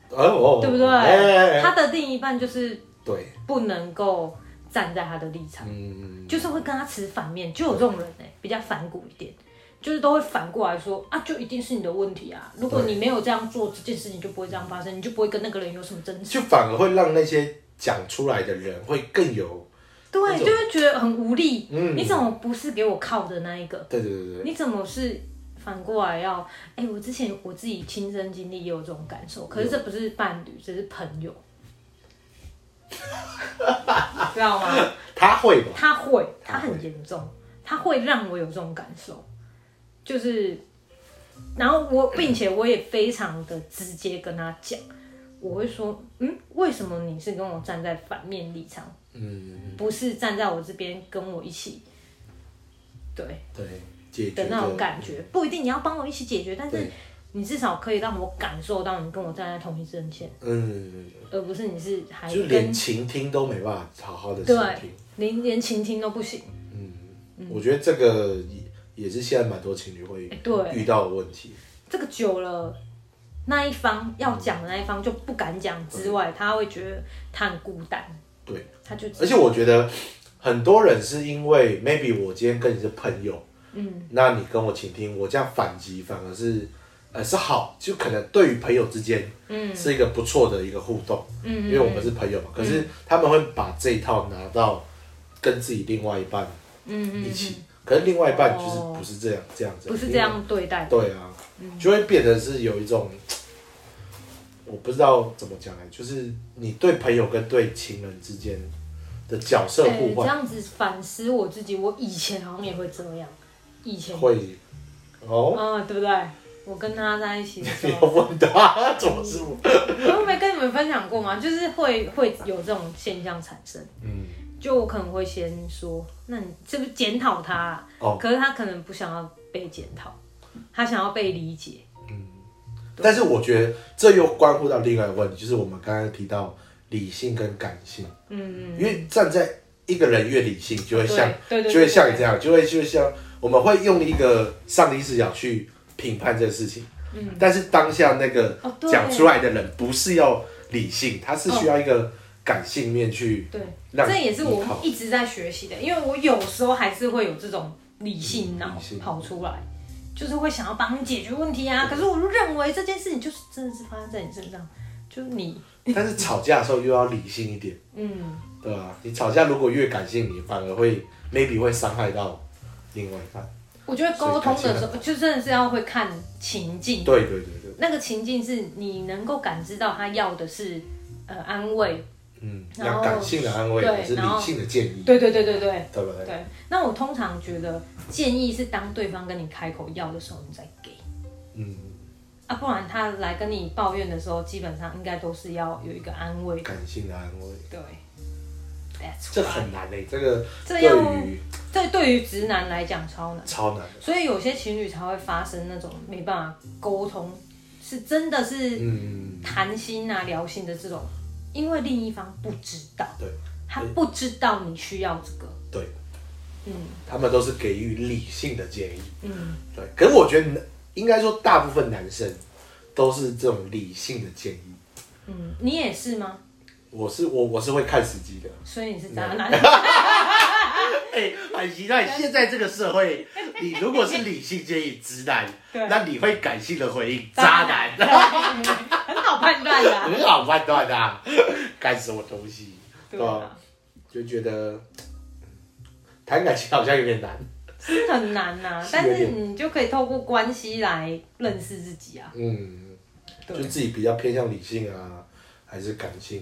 Speaker 1: 哦，哦
Speaker 2: 对不对？
Speaker 1: 哎哎哎
Speaker 2: 他的另一半就是
Speaker 1: 对，
Speaker 2: 不能够站在他的立场，
Speaker 1: 嗯，
Speaker 2: 就是会跟他持反面，就有这种人哎、比较反骨一点，就是都会反过来说啊，就一定是你的问题啊，如果
Speaker 1: 对
Speaker 2: 你没有这样做，这件事情就不会这样发生，你就不会跟那个人有什么争执，
Speaker 1: 就反而会让那些讲出来的人会更有，
Speaker 2: 对，
Speaker 1: 那
Speaker 2: 就
Speaker 1: 种
Speaker 2: 会觉得很无力。
Speaker 1: 嗯，
Speaker 2: 你怎么不是给我靠的那一个？
Speaker 1: 对对对对。
Speaker 2: 你怎么是反过来要？哎、我之前我自己亲身经历也有这种感受，可是这不是伴侣，这是朋 友，知道吗？
Speaker 1: 他会吧？
Speaker 2: 他会，他
Speaker 1: 他会
Speaker 2: 很严重，他会让我有这种感受，就是，然后我，并且我也非常的直接跟他讲，我会说，嗯，为什么你是跟我站在反面立场，
Speaker 1: 嗯，
Speaker 2: 不是站在我这边跟我一起，对
Speaker 1: 对，解决
Speaker 2: 的那种感
Speaker 1: 觉。
Speaker 2: 觉，不一定你要帮我一起解决，但是
Speaker 1: 对
Speaker 2: 你至少可以让我感受到你跟我站在同一阵线，
Speaker 1: 嗯，
Speaker 2: 而不是你是还
Speaker 1: 就
Speaker 2: 跟
Speaker 1: 连倾听都没办法好好的倾
Speaker 2: 对
Speaker 1: 听。
Speaker 2: 连连倾听都不行，
Speaker 1: 我觉得这个也也是现在蛮多情侣会
Speaker 2: 嗯哎对
Speaker 1: 遇到的问题。
Speaker 2: 这个久了，那一方要讲的那一方就不敢讲之外，他会觉得他很孤单，
Speaker 1: 对，
Speaker 2: 他就
Speaker 1: 而且我觉得很多人是因为 maybe 我今天跟你是朋友，
Speaker 2: 嗯，
Speaker 1: 那你跟我倾听，我这样反击反而是呃是好，就可能对于朋友之间，
Speaker 2: 嗯
Speaker 1: 是一个不错的一个互动，
Speaker 2: 嗯
Speaker 1: 因为我们是朋友嘛。可是他们会把这一套拿到跟自己另外一半
Speaker 2: 嗯
Speaker 1: 一
Speaker 2: 嗯，
Speaker 1: 起，可是另外一半就是
Speaker 2: 哦
Speaker 1: 不是这样这样子，
Speaker 2: 不是这样对待，
Speaker 1: 对啊，
Speaker 2: 嗯
Speaker 1: 就会变得是有一种，我不知道怎么讲哎、就是你对朋友跟对情人之间的角色
Speaker 2: 哎
Speaker 1: 互
Speaker 2: 这
Speaker 1: 换
Speaker 2: 样子反思我自己，我以前好像也会这样，以前，
Speaker 1: 会，哦，
Speaker 2: 嗯，对不对？我跟他在一起的时
Speaker 1: 你要
Speaker 2: 候，
Speaker 1: 问他怎么是我？
Speaker 2: 嗯我没跟你们分享过吗？就是会会有这种现象产生，
Speaker 1: 嗯，
Speaker 2: 就我可能会先说，那你是不是检讨他啊、
Speaker 1: 哦，
Speaker 2: 可是他可能不想要被检讨，他想要被理解。
Speaker 1: 但是我觉得这又关乎到另外一个问题，就是我们刚刚提到理性跟感性，
Speaker 2: 嗯，嗯，
Speaker 1: 因为站在一个人越理性，就会
Speaker 2: 对
Speaker 1: 像
Speaker 2: 对对，
Speaker 1: 就会
Speaker 2: 对
Speaker 1: 像你这，样，就会就会像我们会用一个上帝视角去评判这个事情。
Speaker 2: 嗯，
Speaker 1: 但是当下那个
Speaker 2: 哦对哦
Speaker 1: 讲出来的人不是要理性，他是需要一个感性面去
Speaker 2: 对，
Speaker 1: 让
Speaker 2: 这也是
Speaker 1: 你
Speaker 2: 我
Speaker 1: 靠
Speaker 2: 一直在学习的，因为我有时候还是会有这种理性脑
Speaker 1: 理性
Speaker 2: 跑出来，就是会想要帮你解决问题啊。可是我就认为这件事情就是真的是发生在你身上，就是你，
Speaker 1: 但是吵架的时候又要理性一点，
Speaker 2: 嗯，
Speaker 1: 对吧、你吵架如果越感性，你反而会 maybe 会伤害到另外一半。
Speaker 2: 我觉得沟通的时
Speaker 1: 所以
Speaker 2: 候就真的是要会看情境，
Speaker 1: 对对对对，
Speaker 2: 那个情境是你能够感知到他要的是呃安慰，
Speaker 1: 嗯，
Speaker 2: 然
Speaker 1: 要
Speaker 2: 后
Speaker 1: 感性的安慰，
Speaker 2: 对
Speaker 1: 还是
Speaker 2: 然后
Speaker 1: 理性的建议，
Speaker 2: 对对对对对，
Speaker 1: 对不对？
Speaker 2: 对，那我通常觉得建议是当对方跟你开口要的时候，你再给
Speaker 1: 嗯，
Speaker 2: 啊，不然他来跟你抱怨的时候，基本上应该都是要有一个安慰。
Speaker 1: 感性的安慰，
Speaker 2: 对，That's
Speaker 1: 这
Speaker 2: right
Speaker 1: 很难诶、这个
Speaker 2: 这要
Speaker 1: 对于
Speaker 2: 这对于直男来讲超难，
Speaker 1: 超难。
Speaker 2: 所以有些情侣才会发生那种没办法沟通，是真的是
Speaker 1: 嗯，
Speaker 2: 谈心啊、聊心的这种，因为另一方不知道，
Speaker 1: 对，
Speaker 2: 他不知道你需要这个，
Speaker 1: 对
Speaker 2: 嗯
Speaker 1: 他们都是给予理性的建议。
Speaker 2: 嗯，
Speaker 1: 对，可是我觉得男应该说大部分男生都是这种理性的建议。
Speaker 2: 嗯，你也是吗？
Speaker 1: 我是我我是会看时机的。
Speaker 2: 所以你是渣男，
Speaker 3: 哎、很期待现在这个社会，你如果是理性建议直男，
Speaker 2: 对
Speaker 3: 那你会感性的回应渣男，
Speaker 2: 很好判断的啊、
Speaker 3: 很 好判断的、啊，干什么东西？
Speaker 2: 对啊，
Speaker 1: 就觉得嗯谈感情好像有点难。
Speaker 2: 是很难呐、
Speaker 1: 是
Speaker 2: 但
Speaker 1: 有
Speaker 2: 是
Speaker 1: 点
Speaker 2: 你就可以透过关系来认识自己啊。
Speaker 1: 嗯，就
Speaker 2: 对
Speaker 1: 自己比较偏向理性啊，还是感性？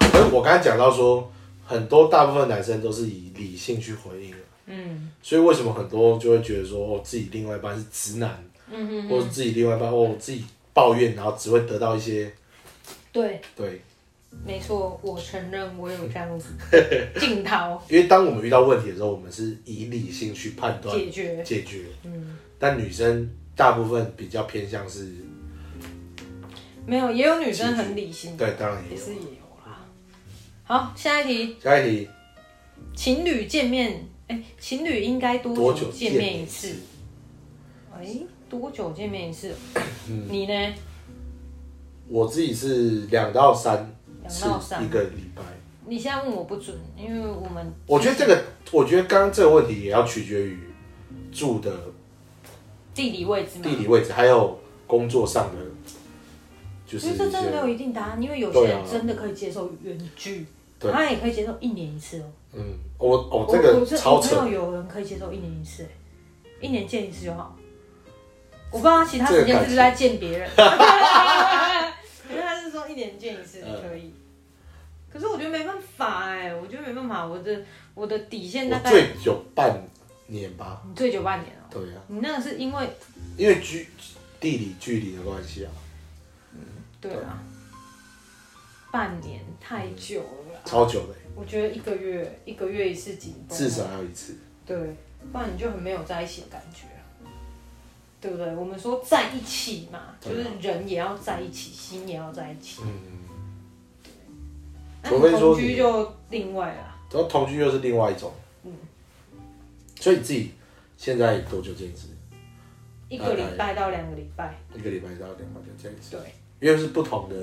Speaker 1: 可是我刚才讲到说，很多大部分男生都是以理性去回应，啊
Speaker 2: 嗯
Speaker 1: 所以为什么很多就会觉得说，哦，自己另外一半是直男，
Speaker 2: 嗯嗯，
Speaker 1: 或者自己另外一半哦，自己抱怨，然后只会得到一些
Speaker 2: 对，
Speaker 1: 对，
Speaker 2: 没错，我承认我有这样 子镜头
Speaker 1: 因为当我们遇到问题的时候，我们是以理性去判断
Speaker 2: 解决。
Speaker 1: 解决，
Speaker 2: 嗯，
Speaker 1: 但女生大部分比较偏向是，
Speaker 2: 没有，也有女生很理性，
Speaker 1: 对，当然也
Speaker 2: 也
Speaker 1: 有
Speaker 2: 是。也有啦。好，下一题，
Speaker 1: 下一题，
Speaker 2: 情侣见面，哎、情侣应该
Speaker 1: 多
Speaker 2: 多
Speaker 1: 久
Speaker 2: 久
Speaker 1: 见
Speaker 2: 见
Speaker 1: 面
Speaker 2: 面
Speaker 1: 一
Speaker 2: 一
Speaker 1: 次
Speaker 2: 次？哎、多久见面一次？
Speaker 1: 嗯
Speaker 2: 你呢？
Speaker 1: 我自己是两到三
Speaker 2: 两
Speaker 1: 次
Speaker 2: 到三
Speaker 1: 一个礼拜。
Speaker 2: 你现在问我不准，因为我们
Speaker 1: 我觉得这个，我觉得刚刚这个问题也要取决于住的
Speaker 2: 地理位置嘛，
Speaker 1: 地理位置，还有工作上的，就是
Speaker 2: 其实
Speaker 1: 一
Speaker 2: 这真的没有
Speaker 1: 些
Speaker 2: 一定答案，因为有些
Speaker 1: 对啊
Speaker 2: 人真的可以接受远距，
Speaker 1: 对
Speaker 2: 他也可以接受一年一次哦。
Speaker 1: 嗯，我哦
Speaker 2: 我
Speaker 1: 这
Speaker 2: 我
Speaker 1: 个
Speaker 2: 这
Speaker 1: 超
Speaker 2: 我
Speaker 1: 扯
Speaker 2: 朋，友有人可以接受一年一次，一年见一次就好。我不知道他其他
Speaker 1: 这个
Speaker 2: 时间
Speaker 1: 感
Speaker 2: 是不是
Speaker 1: 情
Speaker 2: 在见别人， 可是他是说一年见一次就可
Speaker 1: 嗯
Speaker 2: 以。可是我觉得没办法哎、我觉得没办法，我的我的底线大
Speaker 1: 我
Speaker 2: 概
Speaker 1: 最久半年吧，
Speaker 2: 你最久半年哦、
Speaker 1: 对啊，
Speaker 2: 你那个是因为
Speaker 1: 因为距地理距离的关系啊，
Speaker 2: 对啊，半年太久了啦。
Speaker 1: 超久的、
Speaker 2: 我觉得一个月一个月一次紧绷，
Speaker 1: 至少要一次。
Speaker 2: 对，不然你就很没有在一起的感觉啊、对不对？我们说在一起嘛，就
Speaker 1: 对啊
Speaker 2: 是人也要在一起，心也要在一起。
Speaker 1: 嗯，
Speaker 2: 那
Speaker 1: 除
Speaker 2: 你
Speaker 1: 非说
Speaker 2: 同居
Speaker 1: 你
Speaker 2: 就另外啦，
Speaker 1: 然后同居又是另外一种，
Speaker 2: 嗯
Speaker 1: 所以你自己现在多久见一次？
Speaker 2: 一个礼拜到两个礼拜，
Speaker 1: 一个礼拜到两个礼拜见一次，
Speaker 2: 对
Speaker 1: 因为是不同的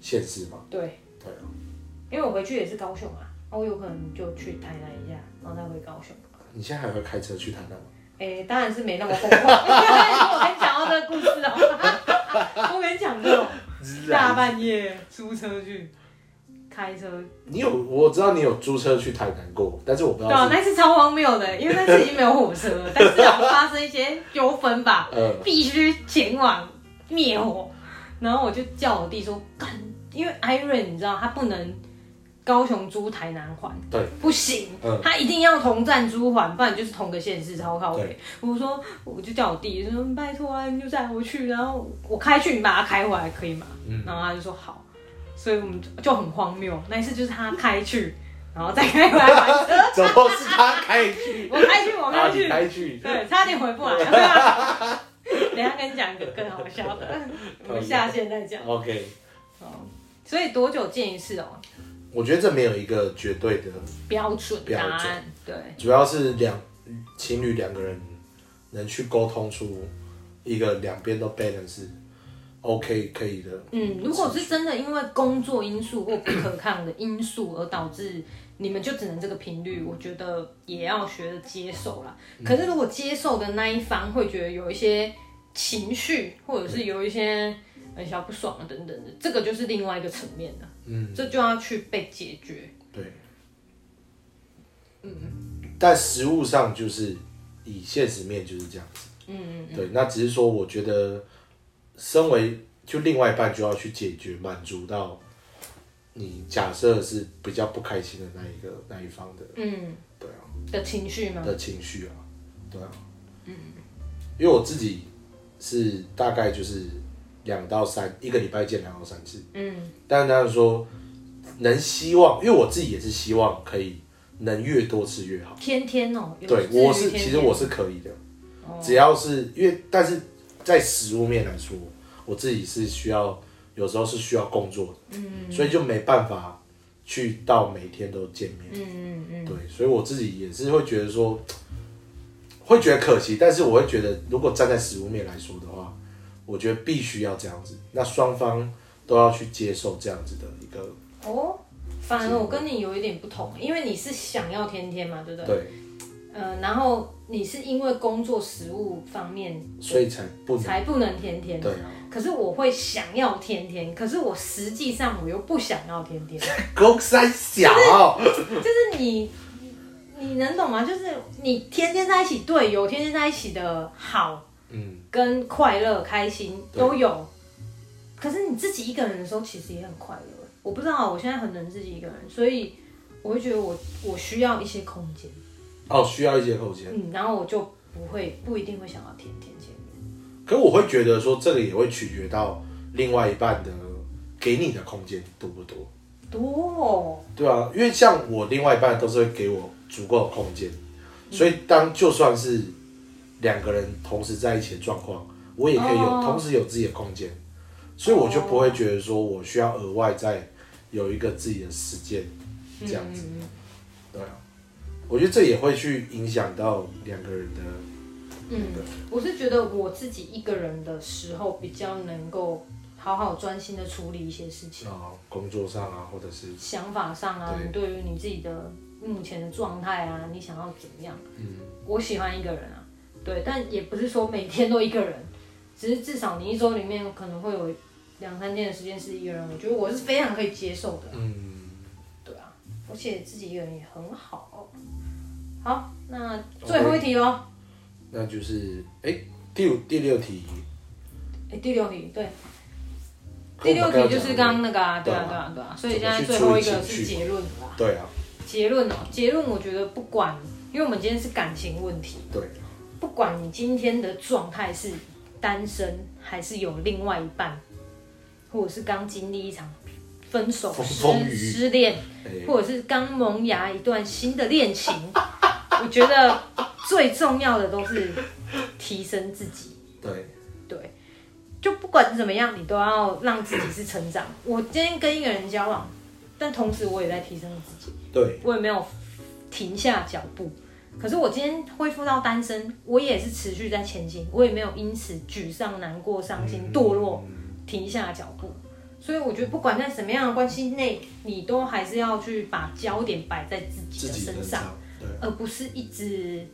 Speaker 1: 县市嘛，
Speaker 2: 对，
Speaker 1: 对啊。
Speaker 2: 因为我回去也是高雄啊，啊我有可能就去台南一下，然后再回高雄。
Speaker 1: 你现在还会开车去台南吗？
Speaker 2: 哎，当然是没那么疯狂。 我跟你讲到这个故事哦， 我跟你讲这种
Speaker 1: 啊
Speaker 2: 大半夜租车去，开车
Speaker 1: 你有，我知道你有租车去台南过，但是我不知
Speaker 2: 对啊
Speaker 1: 哦道，是，
Speaker 2: 那次超荒谬的，因为那次已经没有火车了，但是要发生一些纠纷吧，
Speaker 1: 呃，
Speaker 2: 必须前往灭火。然后我就叫我弟说，干，因为 Iron 你知道他不能高雄租台南还，
Speaker 1: 对，
Speaker 2: 不行，
Speaker 1: 嗯
Speaker 2: 他一定要同站租还，不然就是同个县市超靠北
Speaker 1: 对。
Speaker 2: 我说，我就叫我弟说，拜托啊，你就载我去，然后我开去，你把它开回来可以吗？
Speaker 1: 嗯
Speaker 2: 然后他就说好，所以我们就就很荒谬。那一次就是他开去，然后再开回来还车。
Speaker 1: 怎么是他开去？
Speaker 2: 我开去，我
Speaker 1: 啊，
Speaker 2: 开
Speaker 1: 你
Speaker 2: 去，
Speaker 1: 开去，
Speaker 2: 对，差点回不来。等 一下跟你讲一个更好笑的，我们下线再讲。
Speaker 1: ，OK。
Speaker 2: 哦，所以多久见一次哦？
Speaker 1: 我觉得这没有一个绝对的，
Speaker 2: 标准答
Speaker 1: 标
Speaker 2: 案
Speaker 1: 准，
Speaker 2: 对，
Speaker 1: 主要是两情侣两个人能去沟通出一个两边都 balance OK 可以的，
Speaker 2: 嗯，如果是真的因为工作因素或不可抗的因素而导致你们就只能这个频率，我觉得也要学着接受啦。
Speaker 1: 嗯
Speaker 2: 可是如果接受的那一方会觉得有一些情绪，或者是有一些呃小不爽啊等等的，这个就是另外一个层面了，
Speaker 1: 嗯，
Speaker 2: 这就要去被解决。
Speaker 1: 对，嗯。但实物上就是以现实面就是这样子。
Speaker 2: 嗯，
Speaker 1: 对，那只是说，我觉得身为就另外一半就要去解决满足到你假设是比较不开心的那一个那一方的，
Speaker 2: 嗯
Speaker 1: 对啊
Speaker 2: 的情绪吗？
Speaker 1: 的情绪啊，对啊，嗯，因为我自己是大概就是两到三一个礼拜见两到三次，
Speaker 2: 嗯
Speaker 1: 但当然说能希望，因为我自己也是希望可以能越多次越好，
Speaker 2: 天天哦、有
Speaker 1: 对
Speaker 2: 至于
Speaker 1: 我是
Speaker 2: 天
Speaker 1: 其
Speaker 2: 天
Speaker 1: 实我是可以的，
Speaker 2: 哦
Speaker 1: 只要是因为，但是在实物面来说，我自己是需要有时候是需要工作的，
Speaker 2: 嗯
Speaker 1: 所以就没办法去到每天都见面。
Speaker 2: 嗯嗯
Speaker 1: 对，所以我自己也是会觉得说，会觉得可惜，但是我会觉得，如果站在食物面来说的话，我觉得必须要这样子，那双方都要去接受这样子的一个
Speaker 2: 嗯，哦，反而我跟你有一点不同，因为你是想要天天嘛，对不对？
Speaker 1: 对，
Speaker 2: 呃，然后你是因为工作食物方面
Speaker 1: 所以才不能
Speaker 2: 才不能天天。
Speaker 1: 对啊，
Speaker 2: 可是我会想要天天，可是我实际上我又不想要天天，
Speaker 1: 公三小，
Speaker 2: 就是你，你能懂吗？就是你天天在一起，对，有天天在一起的好
Speaker 1: 嗯，
Speaker 2: 跟快乐、开心
Speaker 1: 对
Speaker 2: 都有，可是你自己一个人的时候，其实也很快乐。我不知道，我现在很能自己一个人，所以我会觉得我我需要一些空间，
Speaker 1: 哦，需要一些空间。
Speaker 2: 嗯，然后我就不会不一定会想要天天见面，
Speaker 1: 可我会觉得说，这个也会取决到另外一半的给你的空间多不多。
Speaker 2: 多、哦。
Speaker 1: 对啊，因为像我另外一半都是会给我足够的空间，
Speaker 2: 嗯
Speaker 1: 所以当就算是两个人同时在一起的状况，我也可以有、
Speaker 2: 哦
Speaker 1: 同时有自己的空间，所以我就不会觉得说我需要额外再有一个自己的时间这样子。
Speaker 2: 嗯嗯
Speaker 1: 对啊，我觉得这也会去影响到两个人的
Speaker 2: 嗯，我是觉得我自己一个人的时候比较能够好好专心的处理一些事情，
Speaker 1: 啊、呃工作上啊，或者是
Speaker 2: 想法上啊，
Speaker 1: 对
Speaker 2: 你对于你自己的目前的状态啊，你想要怎么样？
Speaker 1: 嗯
Speaker 2: 我喜欢一个人啊，对，但也不是说每天都一个人，只是至少你一周里面可能会有两三天的时间是一个人，我觉得我是非常可以接受的，
Speaker 1: 嗯，
Speaker 2: 对啊，而且自己一个人也很好。好，那最后一题喽。
Speaker 1: 那就是哎、第五第六题，
Speaker 2: 哎，第六题对，第六题就是刚刚那个啊，对啊，
Speaker 1: 对
Speaker 2: 对
Speaker 1: 啊
Speaker 2: 啊，对啊，所以现在最后一个是结论了啊。
Speaker 1: 对啊，
Speaker 2: 结论哦，结论我觉得不管，因为我们今天是感情问题，
Speaker 1: 对，啊
Speaker 2: 不管你今天的状态是单身还是有另外一半，或者是刚经历一场分手、
Speaker 1: 风
Speaker 2: 失
Speaker 1: 风雨雨
Speaker 2: 失恋，
Speaker 1: 哎、
Speaker 2: 或者是刚萌芽一段新的恋情， 我觉得最重要的都是提升自己。
Speaker 1: 对。
Speaker 2: 对，就不管怎么样，你都要让自己是成长。我今天跟一个人交往，但同时我也在提升自己，
Speaker 1: 对，
Speaker 2: 我也没有停下脚步。可是我今天恢复到单身，我也是持续在前进，我也没有因此沮丧、难过、伤
Speaker 1: 嗯
Speaker 2: 心、堕落，停下脚步。所以我觉得，不管在什么样的关系内，你都还是要去把焦点摆在自
Speaker 1: 自
Speaker 2: 己的
Speaker 1: 己
Speaker 2: 身上。
Speaker 1: 上，对，
Speaker 2: 而不是一直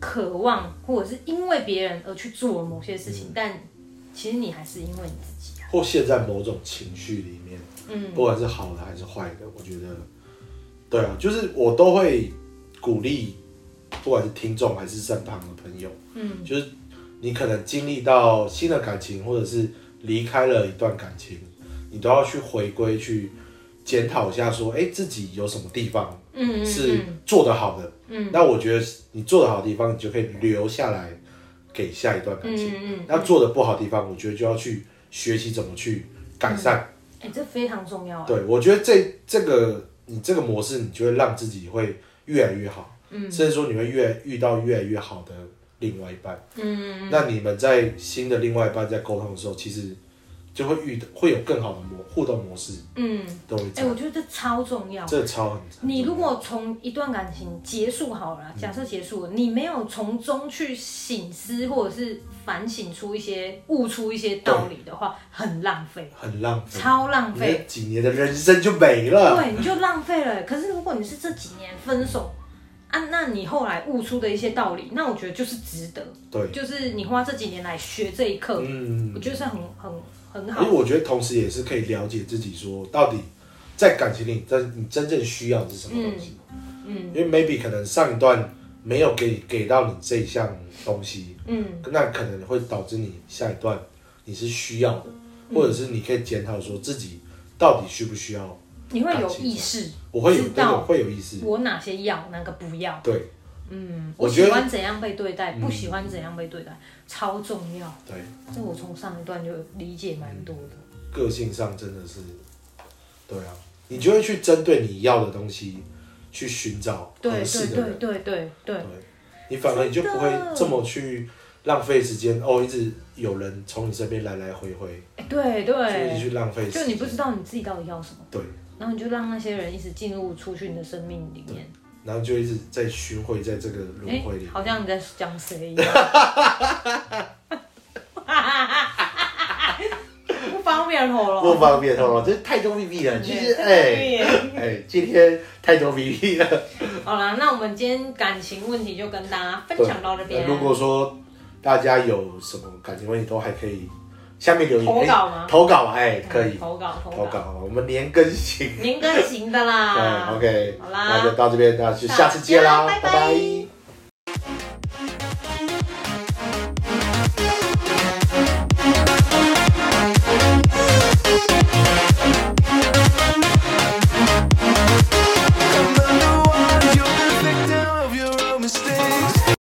Speaker 2: 渴望或者是因为别人而去做某些事情，
Speaker 1: 嗯
Speaker 2: 但其实你还是因为你自己啊。
Speaker 1: 或陷在某种情绪里面，
Speaker 2: 嗯
Speaker 1: 不管是好的还是坏的，我觉得，对啊，就是我都会鼓励，不管是听众还是身旁的朋友，
Speaker 2: 嗯
Speaker 1: 就是你可能经历到新的感情，或者是离开了一段感情，你都要去回归去检讨一下，说，哎、自己有什么地方
Speaker 2: 嗯嗯
Speaker 1: 是
Speaker 2: 嗯
Speaker 1: 做得好的，
Speaker 2: 嗯，
Speaker 1: 那我觉得你做得好的地方，你就可以留下来给下一段感情。
Speaker 2: 嗯嗯，
Speaker 1: 那做的不好的地方，我觉得就要去学习怎么去改善。
Speaker 2: 哎、这非常重要啊。
Speaker 1: 对我觉得这这个你这个模式，你就会让自己会越来越好，嗯，甚至说你会越遇到越来越好的另外一半。
Speaker 2: 嗯，
Speaker 1: 那你们在新的另外一半在沟通的时候，其实就会遇会有更好的模互动模式，
Speaker 2: 嗯，
Speaker 1: 都会
Speaker 2: 哎、
Speaker 1: 这样。
Speaker 2: 我觉得这超重要。
Speaker 1: 这个超很
Speaker 2: 你如果从一段感情结束好了啦，假设结束了，你没有从中去醒思或者是反省出一些、悟出一些道理的话，很浪费，
Speaker 1: 很浪费，
Speaker 2: 超浪
Speaker 1: 你
Speaker 2: 费
Speaker 1: 那。几年的人生就没了。
Speaker 2: 嗯对，你啊就浪费了。可是如果你是这几年分手啊，那你后来悟出的一些道理，那我觉得就是值得，
Speaker 1: 对，
Speaker 2: 就是你花这几年来学这一课，
Speaker 1: 嗯
Speaker 2: 我，觉得是很很很
Speaker 1: 因为
Speaker 2: 好。
Speaker 1: 我觉得同时也是可以了解自己，说到底在感情里，真你真正需要的是什么东西。
Speaker 2: 嗯
Speaker 1: 因为 maybe 可能上一段没有给给到你这一项东西，
Speaker 2: 嗯
Speaker 1: 那可能会导致你下一段你是需要的，
Speaker 2: 嗯
Speaker 1: 或者是你可以检讨说自己到底需不需要。
Speaker 2: 你会有意识，
Speaker 1: 我会有
Speaker 2: 知
Speaker 1: 那种
Speaker 2: 道
Speaker 1: 会有意识，
Speaker 2: 我哪些要，哪个不要。
Speaker 1: 对
Speaker 2: 嗯，
Speaker 1: 我
Speaker 2: 我
Speaker 1: 觉
Speaker 2: 喜
Speaker 1: 得嗯
Speaker 2: 欢怎样被对待，不喜欢怎样被对待，超重要。
Speaker 1: 对，
Speaker 2: 这我从上一段就理解蛮多的。
Speaker 1: 个性上真的是，对啊，你就会去针对你要的东西去寻找合
Speaker 2: 对
Speaker 1: 适
Speaker 2: 对
Speaker 1: 的人
Speaker 2: 对。对对对
Speaker 1: 对，你反而你就不会这么去浪费时间哦，一直有人从你身边来来回回，
Speaker 2: 哎对
Speaker 1: 就一直
Speaker 2: 对，
Speaker 1: 去浪费时间。
Speaker 2: 就你不知道你自己到底要什么。
Speaker 1: 对，
Speaker 2: 然后你就让那些人一直进入出去你的生命里面，
Speaker 1: 然后就一直在巡回在这个轮
Speaker 2: 哎、
Speaker 1: 回里。
Speaker 2: 好像你在讲谁一样， 不方便透
Speaker 1: 不
Speaker 2: 露。
Speaker 1: 方便透露，这太多秘密了。
Speaker 2: 对
Speaker 1: 其实，
Speaker 2: 太多
Speaker 1: 哎、
Speaker 2: 秘密
Speaker 1: 哎、今天太多秘密了。
Speaker 2: 好啦，那我们今天感情问题就跟大家分享到这边。
Speaker 1: 如果说大家有什么感情问题，都还可以下面留言
Speaker 2: 投稿吗
Speaker 1: 哎投稿，哎、可以、
Speaker 2: 嗯投稿
Speaker 1: 投
Speaker 2: 投稿，
Speaker 1: 稿，我们连更新。
Speaker 2: 年更型的啦。
Speaker 1: 哎嗯对，OK，
Speaker 2: 好啦
Speaker 1: 那就到这边，那就下次见啦，
Speaker 2: 大家拜拜
Speaker 1: 拜拜